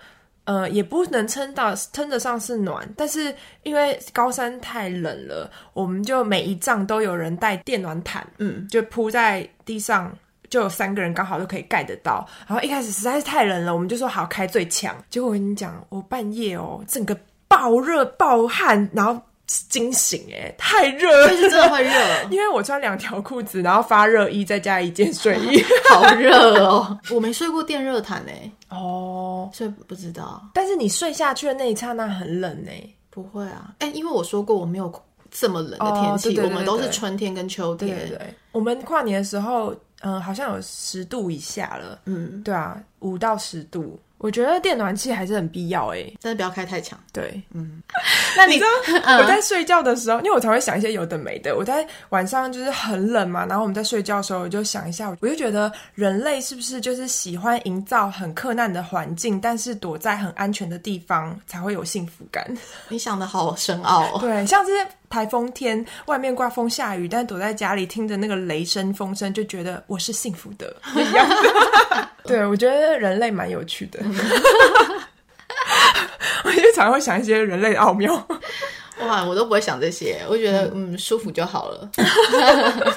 [SPEAKER 1] 呃，也不能称到称得上是暖，但是因为高山太冷了，我们就每一帐都有人带电暖毯，嗯，就铺在地上。就有三个人刚好就可以盖得到，然后一开始实在是太冷了，我们就说好开最强。结果我跟你讲，我半夜哦，整个爆热爆汗，然后惊醒哎、太热了，
[SPEAKER 2] 就是真的会 热，哦
[SPEAKER 1] 因为我穿两条裤子，然后发热衣，再加一件睡衣。
[SPEAKER 2] 好热哦！我没睡过电热毯呢、
[SPEAKER 1] 哦，
[SPEAKER 2] 所以不知道。
[SPEAKER 1] 但是你睡下去的那一刹那很冷欸呢、
[SPEAKER 2] 不会啊，哎、因为我说过我没有这么冷的天气，
[SPEAKER 1] 哦对对对
[SPEAKER 2] 我们都是
[SPEAKER 1] 对
[SPEAKER 2] 春天跟秋天。
[SPEAKER 1] 对对对，我们跨年的时候，嗯、好像有十度以下了。嗯，对啊，五到十度，我觉得电暖气还是很必要哎、
[SPEAKER 2] 但是不要开太强。
[SPEAKER 1] 对，
[SPEAKER 2] 那 你
[SPEAKER 1] 你知道、 我在睡觉嗯哎的嗯时候，因为我才会想一些有的没的。我在晚上就是很冷嘛，然后我们在睡觉的时候，我就想一下，我就觉得人类是不是就是喜欢营造很困难的环境，但是躲在很安全的地方才会有幸福感？
[SPEAKER 2] 你想的好深奥哦。
[SPEAKER 1] 对，像是台风天，外面刮风下雨，但躲在家里听着那个雷声风声，就觉得我是幸福 的一样的。对，我觉得人类蛮有趣的。 我就常会想一些人类的奥 妙。
[SPEAKER 2] 哇，我都不会想这些，我觉得嗯舒服就好了，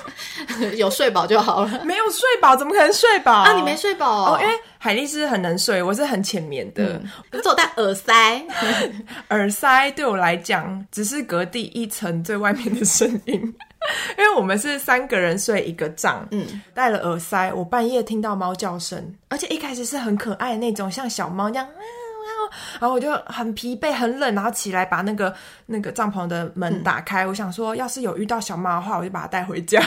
[SPEAKER 2] 有睡饱就好了。
[SPEAKER 1] 没有睡饱，怎么可能睡饱？
[SPEAKER 2] 啊，你没睡饱嗯哦
[SPEAKER 1] 哦，因为海丽是很能睡，我是很浅眠的。
[SPEAKER 2] 你走戴耳塞，
[SPEAKER 1] 耳塞对我来讲只是隔第一层最外面的声音。 因为我们是三个人睡一个帐，嗯，戴了耳塞，我半夜听到猫叫声，而且一开始是很可爱的那种，像小猫这样，啊然后我就很疲惫、很冷，然后起来把那个那个帐篷的门打开，我想说，要是有遇到小猫的话，我就把它带回家。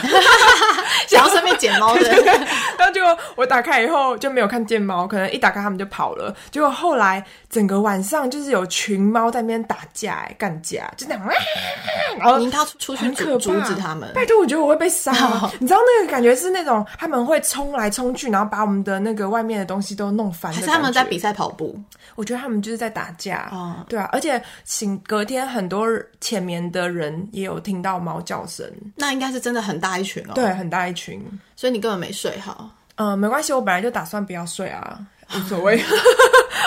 [SPEAKER 2] 想要顺便捡猫
[SPEAKER 1] 哦对，
[SPEAKER 2] 的。
[SPEAKER 1] 然后结果我打开以后就没有看见猫，可能一打开它们就跑了。结果后来整个晚上就是有群猫在那边打架、哎干架，就那样，啊然后
[SPEAKER 2] 你应该出去
[SPEAKER 1] 很可
[SPEAKER 2] 阻
[SPEAKER 1] 怕
[SPEAKER 2] 阻止他们。
[SPEAKER 1] 拜托，我觉得我会被杀。 你知道那个感觉是那种他们会冲来冲去，然后把我们的那个外面的东西都弄翻的
[SPEAKER 2] 还
[SPEAKER 1] 感
[SPEAKER 2] 是
[SPEAKER 1] 觉。
[SPEAKER 2] 他们在比赛跑步，
[SPEAKER 1] 我觉得他们就是在打架，
[SPEAKER 2] 哦
[SPEAKER 1] 对啊，而且醒隔天很多前面的人也有听到猫叫声，
[SPEAKER 2] 那应该是真的很大一群哦。
[SPEAKER 1] 对，，很大一群。
[SPEAKER 2] 所以你根本没睡好。
[SPEAKER 1] 嗯，没关系，我本来就打算不要睡啊，无所谓。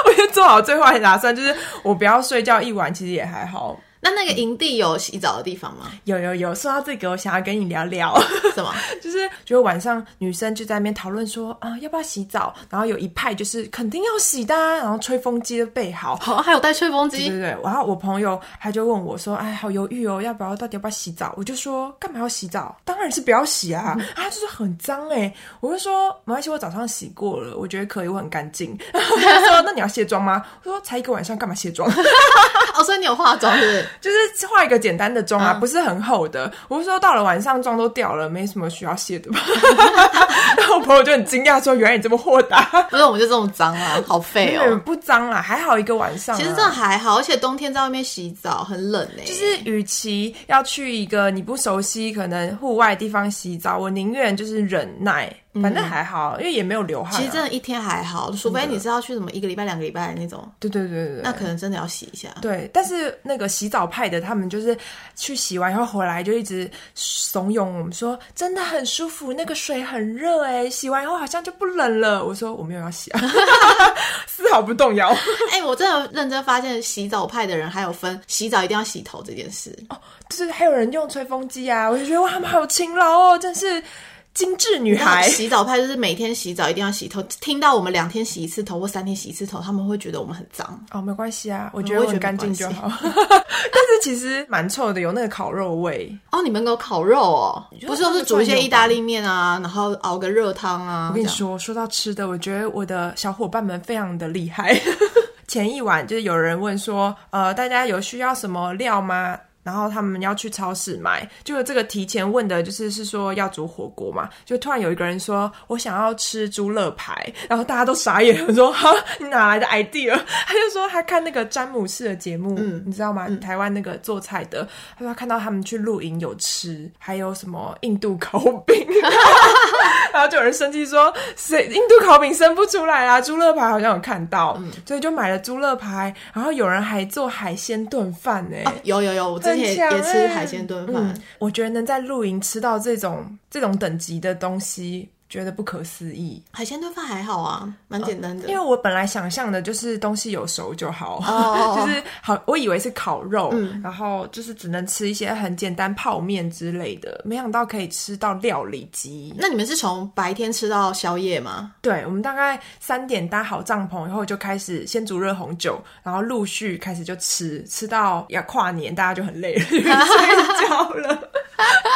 [SPEAKER 1] 我就做好最坏的打算，就是我不要睡觉一晚，其实也还好。
[SPEAKER 2] 那那个营地有洗澡的地方 吗？
[SPEAKER 1] 有有有，说到这个，我想要跟你聊聊，
[SPEAKER 2] 什么？
[SPEAKER 1] 就是觉得晚上女生就在那边讨论说啊、要不要洗澡，然后有一派就是肯定要洗的、啊，然后吹风机都备好。
[SPEAKER 2] 好，还有带吹风
[SPEAKER 1] 对
[SPEAKER 2] 机
[SPEAKER 1] 对，对，然后我朋友他就问我说：“哎，好犹豫哦，要不要到底要不要洗澡？”我就说：“干嘛要洗澡？当然是不要洗啊！”
[SPEAKER 2] 嗯
[SPEAKER 1] 啊，他就说很脏哎、我就说：“没关系，我早上洗过了，我觉得可以，我很干净。” 然后他就说：“那你要卸妆吗？”我说：“才一个晚上，干嘛卸妆？”
[SPEAKER 2] 哦，所以你有化妆是不 是？
[SPEAKER 1] 就是化一个简单的妆
[SPEAKER 2] 嗯
[SPEAKER 1] 啊，不是很厚的。我就说到了晚上妆都掉了，没什么需要卸的吧。 然后我朋友就很惊讶说：“原来你这么豁达。”
[SPEAKER 2] 不是，我们就这么脏啊，好废 哦。
[SPEAKER 1] 不脏啦，还好一个晚上啊、
[SPEAKER 2] 其实这还好，而且冬天在外面洗澡很冷欸诶、
[SPEAKER 1] 就是，与其要去一个你不熟悉、可能户外的地方洗澡，我宁愿就是忍耐，反正还好，因为也没有流汗啊、
[SPEAKER 2] 嗯其实真的一天还好，除非你是要去什么一个礼拜、两个礼拜那种，
[SPEAKER 1] 对对对对对，
[SPEAKER 2] 那可能真的要洗一下。
[SPEAKER 1] 对，但是那个洗澡派的，他们就是去洗完以后回来就一直怂恿我们说，真的很舒服，那个水很热哎、洗完以后好像就不冷了。我说我没有要 洗啊，丝毫不动摇。
[SPEAKER 2] 哎、我真的认真发现洗澡派的人还有分洗澡一定要洗头这件事。
[SPEAKER 1] 哦就是还有人用吹风机啊，我就觉得哇，他们好勤劳哦，真是精致女
[SPEAKER 2] 然
[SPEAKER 1] 孩
[SPEAKER 2] 后。洗澡派就是每天洗澡一定要洗头，听到我们两天洗一次头或三天洗一次头，他们会觉得我们很脏。
[SPEAKER 1] 哦，没关系啊，我觉
[SPEAKER 2] 嗯
[SPEAKER 1] 得
[SPEAKER 2] 我也
[SPEAKER 1] 我
[SPEAKER 2] 觉得
[SPEAKER 1] 很干净
[SPEAKER 2] 没
[SPEAKER 1] 就
[SPEAKER 2] 关系
[SPEAKER 1] 好。 但是其实蛮臭的，有那个烤肉味。
[SPEAKER 2] 哦，你们有烤肉哦，
[SPEAKER 1] 觉得
[SPEAKER 2] 不是都
[SPEAKER 1] 他
[SPEAKER 2] 是
[SPEAKER 1] 们
[SPEAKER 2] 煮一些
[SPEAKER 1] 算有
[SPEAKER 2] 意大利面啊，然后熬个热汤啊。
[SPEAKER 1] 我跟你说，说到吃的，我觉得我的小伙伴们非常的厉害。 前一晚就是有人问说，呃，大家有需要什么料吗？然后他们要去超市买，就这个提前问的，就是是说要煮火锅嘛，就突然有一个人说我想要吃猪肋排，然后大家都傻眼，我说哈，你哪来的 idea？他 就说他看那个詹姆士的节目，你知道吗？台湾那个做菜的，他说他看到他们去露营有吃，还有什么印度烤饼， 然后就有人生气说：“谁印度烤饼生不出来啊？猪肋排好像有看到，
[SPEAKER 2] 嗯
[SPEAKER 1] 所以就买了猪肋排。然后有人还做海鲜炖饭呢、
[SPEAKER 2] 这样哦有有有，我之前也,、
[SPEAKER 1] 很强
[SPEAKER 2] 也吃
[SPEAKER 1] 欸
[SPEAKER 2] 海鲜炖饭。
[SPEAKER 1] 嗯，我觉得能在露营吃到这种这种等级的东西，觉得不可思议。
[SPEAKER 2] 海鲜炖饭还好啊，蛮简单的。
[SPEAKER 1] 呃因为我本来想象的就是东西有熟就好，
[SPEAKER 2] 哦 嗯
[SPEAKER 1] 就是好，我以为是烤肉，然后就是只能吃一些很简单泡面之类的，没想到可以吃到料理机。
[SPEAKER 2] 那你们是从白天吃到宵夜吗？
[SPEAKER 1] 对，我们大概三点搭好帐篷以后，就开始先煮热红酒，然后陆续开始就吃，吃到要跨年，大家就很累了， 就睡觉了，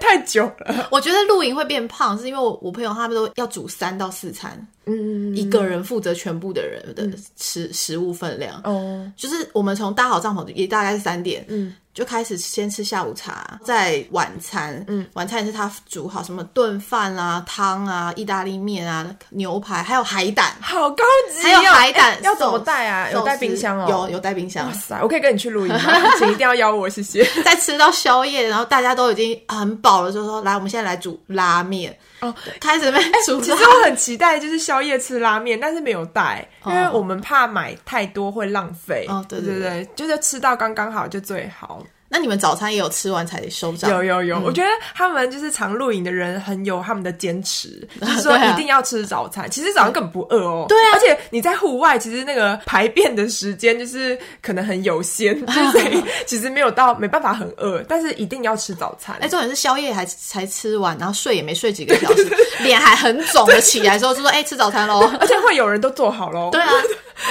[SPEAKER 1] 太久了。
[SPEAKER 2] 我觉得露营会变胖，是因为我我朋友他们都要煮三到四餐，
[SPEAKER 1] 嗯，
[SPEAKER 2] 一个人负责全部的人的食食物分量。
[SPEAKER 1] 哦，
[SPEAKER 2] 就是我们从搭好帐篷也大概是三点，嗯，就开始先吃下午茶，再晚餐，嗯，晚餐也是他煮好什么炖饭啊、汤啊、意大利面啊、牛排，还有海胆，
[SPEAKER 1] 好高级、哦，
[SPEAKER 2] 还有海胆
[SPEAKER 1] 哎要怎么
[SPEAKER 2] 寿司
[SPEAKER 1] 带啊？有带冰箱哦。
[SPEAKER 2] 有有带冰箱
[SPEAKER 1] 哇。塞，我可以跟你去露营吗？请一定要邀我，谢 谢。
[SPEAKER 2] 在吃到宵夜，然后大家都已经很饱了，就说来，我们现在来煮拉面
[SPEAKER 1] 哦，
[SPEAKER 2] 开始在那边煮
[SPEAKER 1] 其
[SPEAKER 2] 拉
[SPEAKER 1] 实我很期待就是宵夜吃拉面，但是没有带，因为我们怕买太多会浪费。
[SPEAKER 2] 哦对
[SPEAKER 1] 对
[SPEAKER 2] 对
[SPEAKER 1] 对，就是吃到刚刚好就最好。
[SPEAKER 2] 那你们早餐也有吃完才收账？
[SPEAKER 1] 有有有，我觉得他们就是常露营的人很有他们的坚 持，就是说
[SPEAKER 2] 对啊
[SPEAKER 1] 一定要吃早餐。其实早上根本不饿哦。
[SPEAKER 2] 对啊
[SPEAKER 1] 而且你在户外，其实那个排便的时间就是可能很有 限，所以其实没有到没办法很饿，但是一定要吃早 餐。
[SPEAKER 2] 哎，重点是宵夜还才吃完，然后睡也没睡几个小时，脸还很肿的起来的时候就说：“哎、吃早餐喽。
[SPEAKER 1] 而且会有人都做好喽。”
[SPEAKER 2] 对啊，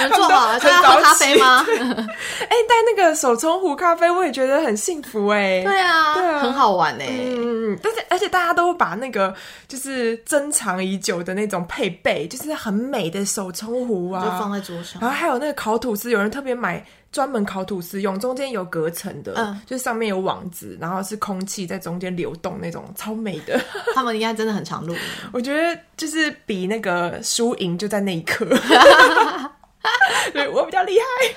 [SPEAKER 2] 有人做好了，
[SPEAKER 1] 他们
[SPEAKER 2] 大家
[SPEAKER 1] 都很
[SPEAKER 2] 喝咖啡 吗？
[SPEAKER 1] 哎，带那个手冲壶咖啡，我也觉得很幸福哎。
[SPEAKER 2] 对啊，
[SPEAKER 1] 对啊
[SPEAKER 2] 很好玩呢、
[SPEAKER 1] 嗯，但是而且大家都会把那个就是珍藏已久的那种配备，就是很美的手冲壶啊，
[SPEAKER 2] 就放在桌上
[SPEAKER 1] 然。后还有那个烤吐司，有人特别买专门烤吐司用，中间有隔层的，
[SPEAKER 2] 嗯
[SPEAKER 1] 就是上面有网子，然后是空气在中间流动那种，超美 的。
[SPEAKER 2] 他们应该真的很常录。
[SPEAKER 1] 我觉得就是比那个输赢就在那一 刻，对我比较厉害。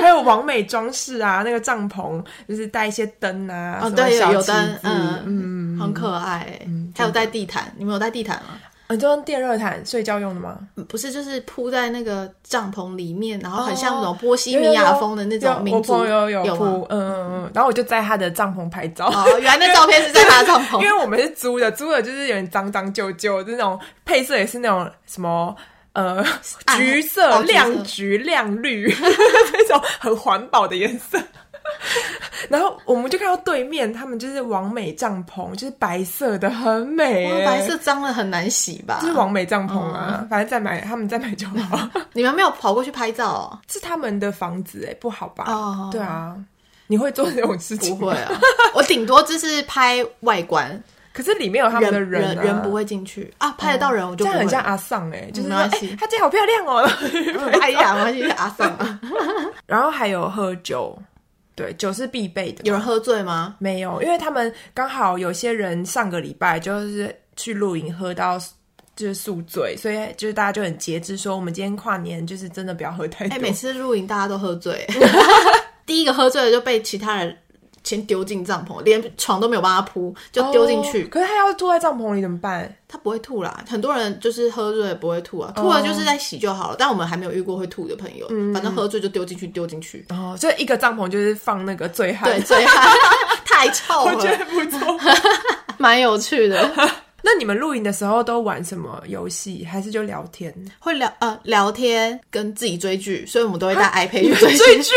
[SPEAKER 1] 还有完美装饰啊，那个帐篷就是带一些灯啊，
[SPEAKER 2] 哦，
[SPEAKER 1] 什么
[SPEAKER 2] 对，
[SPEAKER 1] 小
[SPEAKER 2] 有有
[SPEAKER 1] 旗
[SPEAKER 2] 灯
[SPEAKER 1] 子，
[SPEAKER 2] 嗯嗯，嗯很可爱、还有带地毯，你们有带地毯吗？
[SPEAKER 1] 啊你就用电热毯睡觉用的吗？
[SPEAKER 2] 嗯不是，就是铺在那个帐篷里面，然后很
[SPEAKER 1] 哦
[SPEAKER 2] 像那种波西米亚风的那
[SPEAKER 1] 有有
[SPEAKER 2] 种
[SPEAKER 1] 有
[SPEAKER 2] 民族，
[SPEAKER 1] 我朋友有
[SPEAKER 2] 有吗？
[SPEAKER 1] 铺，嗯嗯嗯，然后我就在他的帐篷拍照。
[SPEAKER 2] 哦，原来那照片是在他的帐
[SPEAKER 1] 因
[SPEAKER 2] 篷。
[SPEAKER 1] 为我们是租的，租的就是有点脏脏旧旧，这种配色也是那种什么。呃，
[SPEAKER 2] 暗
[SPEAKER 1] 橘色、
[SPEAKER 2] 哦橘色
[SPEAKER 1] 亮橘、亮绿， 这种很环保的颜色。然后我们就看到对面，他们就是王美帐篷，就是白色的，很美
[SPEAKER 2] 哇
[SPEAKER 1] 耶。
[SPEAKER 2] 白色脏了很难洗吧
[SPEAKER 1] 就？是王美帐篷啊，
[SPEAKER 2] 哦
[SPEAKER 1] 反正再买，他们再买就 好。
[SPEAKER 2] 你们没有跑过去拍照、哦？
[SPEAKER 1] 是他们的房子哎，不好吧？
[SPEAKER 2] 哦
[SPEAKER 1] 对啊，你会做这种事
[SPEAKER 2] 不
[SPEAKER 1] 情？
[SPEAKER 2] 会啊， 我顶多就是拍外观，
[SPEAKER 1] 可是里面有他们的
[SPEAKER 2] 人
[SPEAKER 1] 啊哦
[SPEAKER 2] 人不会进去啊，拍得到人我
[SPEAKER 1] 这
[SPEAKER 2] 就不
[SPEAKER 1] 样
[SPEAKER 2] 会。嗯
[SPEAKER 1] 很像阿尚哎，就是说
[SPEAKER 2] 没
[SPEAKER 1] 哎
[SPEAKER 2] 关系，
[SPEAKER 1] 她今天好漂亮哦。
[SPEAKER 2] 哎呀，我去阿桑啊，
[SPEAKER 1] 然后还有喝酒，对，酒是必备的。
[SPEAKER 2] 有人喝醉吗？
[SPEAKER 1] 没有？因为他们刚好有些人上个礼拜就是去露营喝到。就是宿醉，所以就是大家就很节制，说我们今天跨年就是真的不要喝太
[SPEAKER 2] 哎、
[SPEAKER 1] 多。
[SPEAKER 2] 每次露营大家都喝醉，第一个喝醉的就被其他人先丢进帐篷，连床都没有帮他铺，就丢进去。
[SPEAKER 1] 哦可是他要住在帐篷里怎么办？
[SPEAKER 2] 他不会吐啦，很多人就是喝醉不会吐啊，
[SPEAKER 1] 哦
[SPEAKER 2] 吐了就是在洗就好了。但我们还没有遇过会吐的朋友，
[SPEAKER 1] 嗯
[SPEAKER 2] 反正喝醉就丢进去，丢进去。
[SPEAKER 1] 然后就哦一个帐篷就是放那个醉汉，
[SPEAKER 2] 对， 哦最害 太臭
[SPEAKER 1] 我觉
[SPEAKER 2] 了，
[SPEAKER 1] 得不错。
[SPEAKER 2] 蛮有趣的。
[SPEAKER 1] 那你们露营的时候都玩什么游戏？还是就聊天？
[SPEAKER 2] 会聊呃聊天跟自己追剧，所以我们都会带 iPad 去追
[SPEAKER 1] 啊追
[SPEAKER 2] 剧。
[SPEAKER 1] 剧？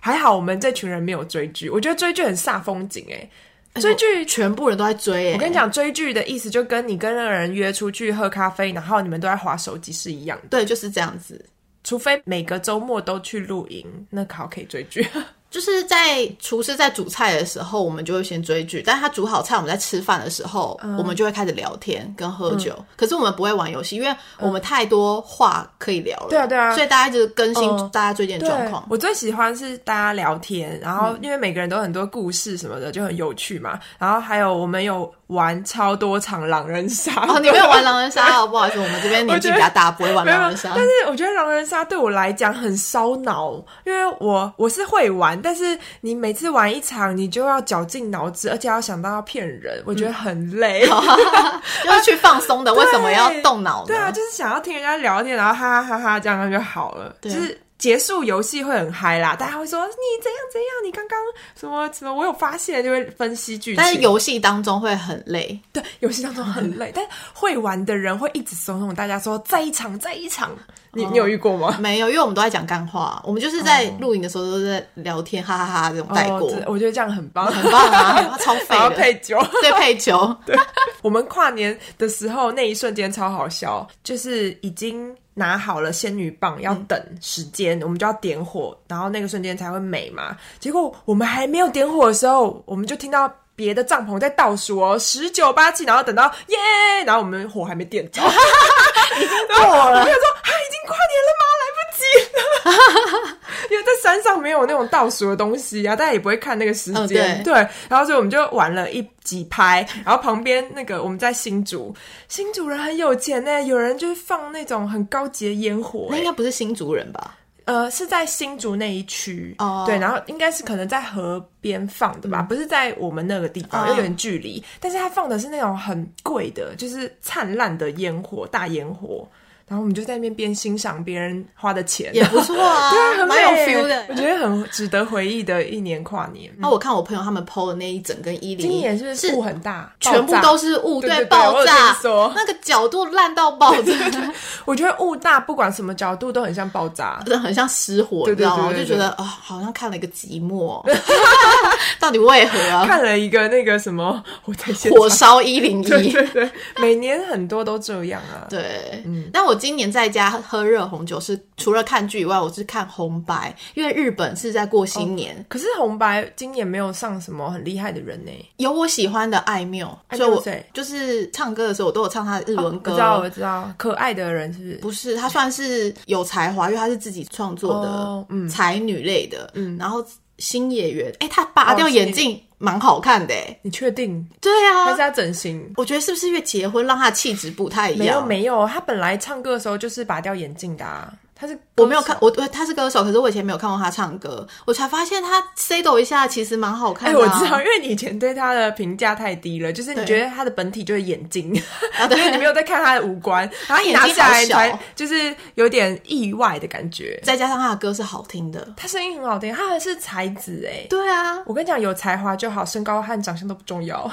[SPEAKER 1] 还好我们这群人没有追剧，我觉得追剧很煞风景哎、
[SPEAKER 2] 哎
[SPEAKER 1] 追剧
[SPEAKER 2] 全部人都在追、欸，
[SPEAKER 1] 我跟你讲，追剧的意思就跟你跟那个人约出去喝咖啡，然后你们都在划手机是一样的。
[SPEAKER 2] 对，就是这样子。
[SPEAKER 1] 除非每个周末都去露营，那好可以追剧。
[SPEAKER 2] 就是在厨师在煮菜的时候，我们就会先追剧；但他煮好菜，我们在吃饭的时候，
[SPEAKER 1] 嗯
[SPEAKER 2] 我们就会开始聊天跟喝酒。可是我们不会玩游戏，因为我们太多话可以聊了。
[SPEAKER 1] 嗯对啊对啊
[SPEAKER 2] 所以大家就是更新
[SPEAKER 1] 嗯
[SPEAKER 2] 大家最近的 状况。嗯
[SPEAKER 1] 我最喜欢是大家聊天，然后因为每个人都有很多故事什么的，就很有趣嘛。然后还有我们有玩超多场狼人杀，
[SPEAKER 2] 哦，你 没有玩狼人杀哦，不好意思，我们这边年纪比较大，不会玩
[SPEAKER 1] 没有，
[SPEAKER 2] 狼人杀
[SPEAKER 1] 但。是我觉得狼人杀对我来讲很烧脑，因为我我是会玩，但是你每次玩一场，你就要绞尽脑汁，而且要想到要骗人，我觉得很累。
[SPEAKER 2] 就是去放松的，为什么要
[SPEAKER 1] 对
[SPEAKER 2] 动脑呢？
[SPEAKER 1] 对啊，就是想要听人家聊天，然后哈哈哈哈这样就好了。就
[SPEAKER 2] 对
[SPEAKER 1] 是结束游戏会很嗨啦，大家会说哦你怎样怎样，你刚刚什么什么，我有发现，就会分析剧情。
[SPEAKER 2] 但是游戏当中会很累，
[SPEAKER 1] 对游戏当中很累，但会玩的人会一直怂恿大家说再一场再一场。你、你有遇过吗？
[SPEAKER 2] 没有，因为我们都在讲干话，我们就是在露营的时候都在聊天，哈哈哈这种带过
[SPEAKER 1] 哦，这我觉得这样很棒，
[SPEAKER 2] 很棒啊， 超废
[SPEAKER 1] 然后
[SPEAKER 2] 的，
[SPEAKER 1] 配酒。
[SPEAKER 2] 对配球，
[SPEAKER 1] 我们跨年的时候那一瞬间超好笑，就是已经拿好了仙女棒，要等时间，我们就要点火，然后那个瞬间才会美嘛。结果我们还没有点火的时候，我们就听到。别的帐篷在倒数哦，十九八七，然后等到耶，然后我们火还没 点着，已经过了。我就说，啊，已经跨年了吗？ 因为在山上没有那种倒数的东西啊，大家也不会看那个时间、哦
[SPEAKER 2] 嗯
[SPEAKER 1] 对。然后所以我们就玩了一几拍，然后旁边那个我们在新竹，新竹人很有钱呢、有人就是放那种很高级的烟火、
[SPEAKER 2] 那应
[SPEAKER 1] 欸，
[SPEAKER 2] 该不是新族人吧？
[SPEAKER 1] 呃，是在新竹那一区
[SPEAKER 2] 哦嗯
[SPEAKER 1] 对，然后应该是可能在河边放的吧，不是在我们那个地方，
[SPEAKER 2] 哦
[SPEAKER 1] 有点距离，但是他放的是那种很贵的，就是灿烂的烟火，大烟火。然后我们就在那边边欣赏别人花的钱，
[SPEAKER 2] 也不 错
[SPEAKER 1] 对
[SPEAKER 2] 啊，
[SPEAKER 1] 啊，
[SPEAKER 2] 蛮有
[SPEAKER 1] 很美
[SPEAKER 2] feel
[SPEAKER 1] 我
[SPEAKER 2] 的。
[SPEAKER 1] 觉得很值得回忆的一年跨年。
[SPEAKER 2] 那我看我朋友他们 PO 的那一整根一零，
[SPEAKER 1] 今年是不是雾
[SPEAKER 2] 是
[SPEAKER 1] 很大，
[SPEAKER 2] 全部
[SPEAKER 1] 爆炸
[SPEAKER 2] 都是雾，
[SPEAKER 1] 对对对我
[SPEAKER 2] 爆
[SPEAKER 1] 有
[SPEAKER 2] 炸
[SPEAKER 1] 听说，
[SPEAKER 2] 那个角度烂到爆炸，
[SPEAKER 1] 我觉得雾大，不管什么角度都很像爆炸。
[SPEAKER 2] 真的很像失火，
[SPEAKER 1] 对对
[SPEAKER 2] 你知道吗？我
[SPEAKER 1] 对对
[SPEAKER 2] 就觉得啊，好像看了一个 寂寞， 到底为何啊？
[SPEAKER 1] 看了一个那个什么，我在现场
[SPEAKER 2] 火烧一零
[SPEAKER 1] 对
[SPEAKER 2] 一。
[SPEAKER 1] 对对，每年很多都这样啊。
[SPEAKER 2] 对，但我今年在家喝热红酒是除了看剧以外，我是看红白，因为日本是在过新年，
[SPEAKER 1] 可是红白今年没有上什么很厉害的人呢、
[SPEAKER 2] 有我喜欢的爱缪，
[SPEAKER 1] 爱缪
[SPEAKER 2] 所以我
[SPEAKER 1] 谁哦
[SPEAKER 2] 就是唱歌的时候我都有唱他的日文歌。
[SPEAKER 1] 我知道，我知道，可爱的人是不是？
[SPEAKER 2] 不是，她算是有才华，因为她是自己创作
[SPEAKER 1] 哦
[SPEAKER 2] 的，
[SPEAKER 1] 嗯
[SPEAKER 2] 才女类的，嗯，然后新演员，哎、她拔
[SPEAKER 1] 哦
[SPEAKER 2] 掉眼镜蛮好看的、哎，
[SPEAKER 1] 你确定？
[SPEAKER 2] 对
[SPEAKER 1] 还
[SPEAKER 2] 啊
[SPEAKER 1] 是，他整形？
[SPEAKER 2] 我觉得是不是因为结婚让她气质不太一
[SPEAKER 1] 没有
[SPEAKER 2] 样？
[SPEAKER 1] 没有，他本来唱歌的时候就是拔掉眼镜的、啊，他是
[SPEAKER 2] 我没有
[SPEAKER 1] 歌手
[SPEAKER 2] 看，我我她是歌手，可是我以前没有看过她唱歌，我才发现她 say 抖一下其实蛮好
[SPEAKER 1] 哎、
[SPEAKER 2] 看的、
[SPEAKER 1] 我
[SPEAKER 2] 啊
[SPEAKER 1] 知道，因为你以前对他的评价太低了，就是你
[SPEAKER 2] 对
[SPEAKER 1] 觉得他的本体就是眼睛，
[SPEAKER 2] 啊，
[SPEAKER 1] 因为你没
[SPEAKER 2] 对，
[SPEAKER 1] 有在看他的五 官，然后一
[SPEAKER 2] 眼
[SPEAKER 1] 拿
[SPEAKER 2] 睛
[SPEAKER 1] 下
[SPEAKER 2] 好
[SPEAKER 1] 来
[SPEAKER 2] 小
[SPEAKER 1] 才就是有点意外的感觉。
[SPEAKER 2] 再加上她的歌是好听的，
[SPEAKER 1] 他声音很好听，他还是才子哎、
[SPEAKER 2] 对啊，
[SPEAKER 1] 我跟你讲，有才华就好，身高和长相都不重要。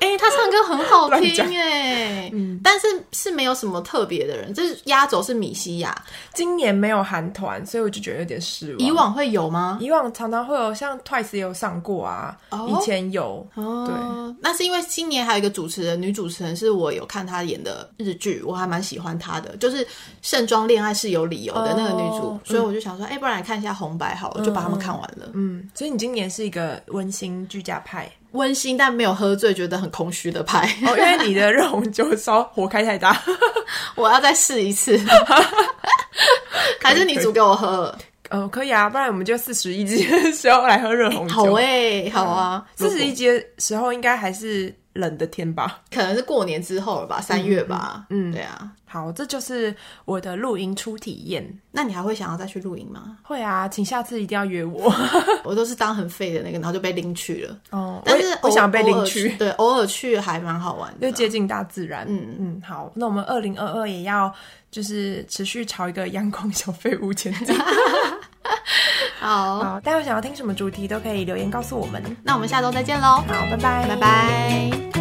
[SPEAKER 2] 哎、他唱歌很好
[SPEAKER 1] 乱讲嗯
[SPEAKER 2] 听哎、但是是没有什么特别的人，就是压轴是米西亚，
[SPEAKER 1] 今年没有韩团，所以我就觉得有点失望。
[SPEAKER 2] 以往会有吗？
[SPEAKER 1] 以往常常会有像 Twice 也有上过啊，
[SPEAKER 2] 哦
[SPEAKER 1] 以前有。
[SPEAKER 2] 哦，那是因为今年还有一个主持人，女主持人是我有看她演的日剧，我还蛮喜欢她的，就是《盛装恋爱是有理由的》那个女主，
[SPEAKER 1] 哦
[SPEAKER 2] 所以我就想说，哎、不然来看一下红白好了，就把他们看完了，
[SPEAKER 1] 嗯，所以你今年是一个温馨居家 派
[SPEAKER 2] 温、馨但没有喝醉，觉得很空虚的派，
[SPEAKER 1] 哦，因为你的热红酒烧火开太大。
[SPEAKER 2] 我要再试一 次，还是你煮给我喝？
[SPEAKER 1] 呃，可以啊，不然我们就四十
[SPEAKER 2] 欸
[SPEAKER 1] 一集的时候来喝热红酒。
[SPEAKER 2] 好哎、好啊，
[SPEAKER 1] 嗯四十一集的时候应该还是冷的天吧。
[SPEAKER 2] 可能是过年之后了吧，三月吧。嗯，对啊。
[SPEAKER 1] 好，这就是我的露营初体验。
[SPEAKER 2] 那你还会想要再去露营吗？
[SPEAKER 1] 会啊，请下次一定要约我。
[SPEAKER 2] 我都是当很废的那个，然后就被领去了。
[SPEAKER 1] 哦
[SPEAKER 2] 但是
[SPEAKER 1] 我
[SPEAKER 2] 偶
[SPEAKER 1] 想被
[SPEAKER 2] 偶
[SPEAKER 1] 领
[SPEAKER 2] 尔
[SPEAKER 1] 去，
[SPEAKER 2] 对，偶尔去还蛮好玩的
[SPEAKER 1] 就
[SPEAKER 2] 啦。
[SPEAKER 1] 接近大自然。嗯嗯，好，那我们二零二二也要就是持续朝一个阳光 小废物前进。
[SPEAKER 2] 好，
[SPEAKER 1] 好，大家有想要听什么主题都可以留言告诉我们。
[SPEAKER 2] 那我们下周再见喽，
[SPEAKER 1] 好，拜拜，
[SPEAKER 2] 拜。拜。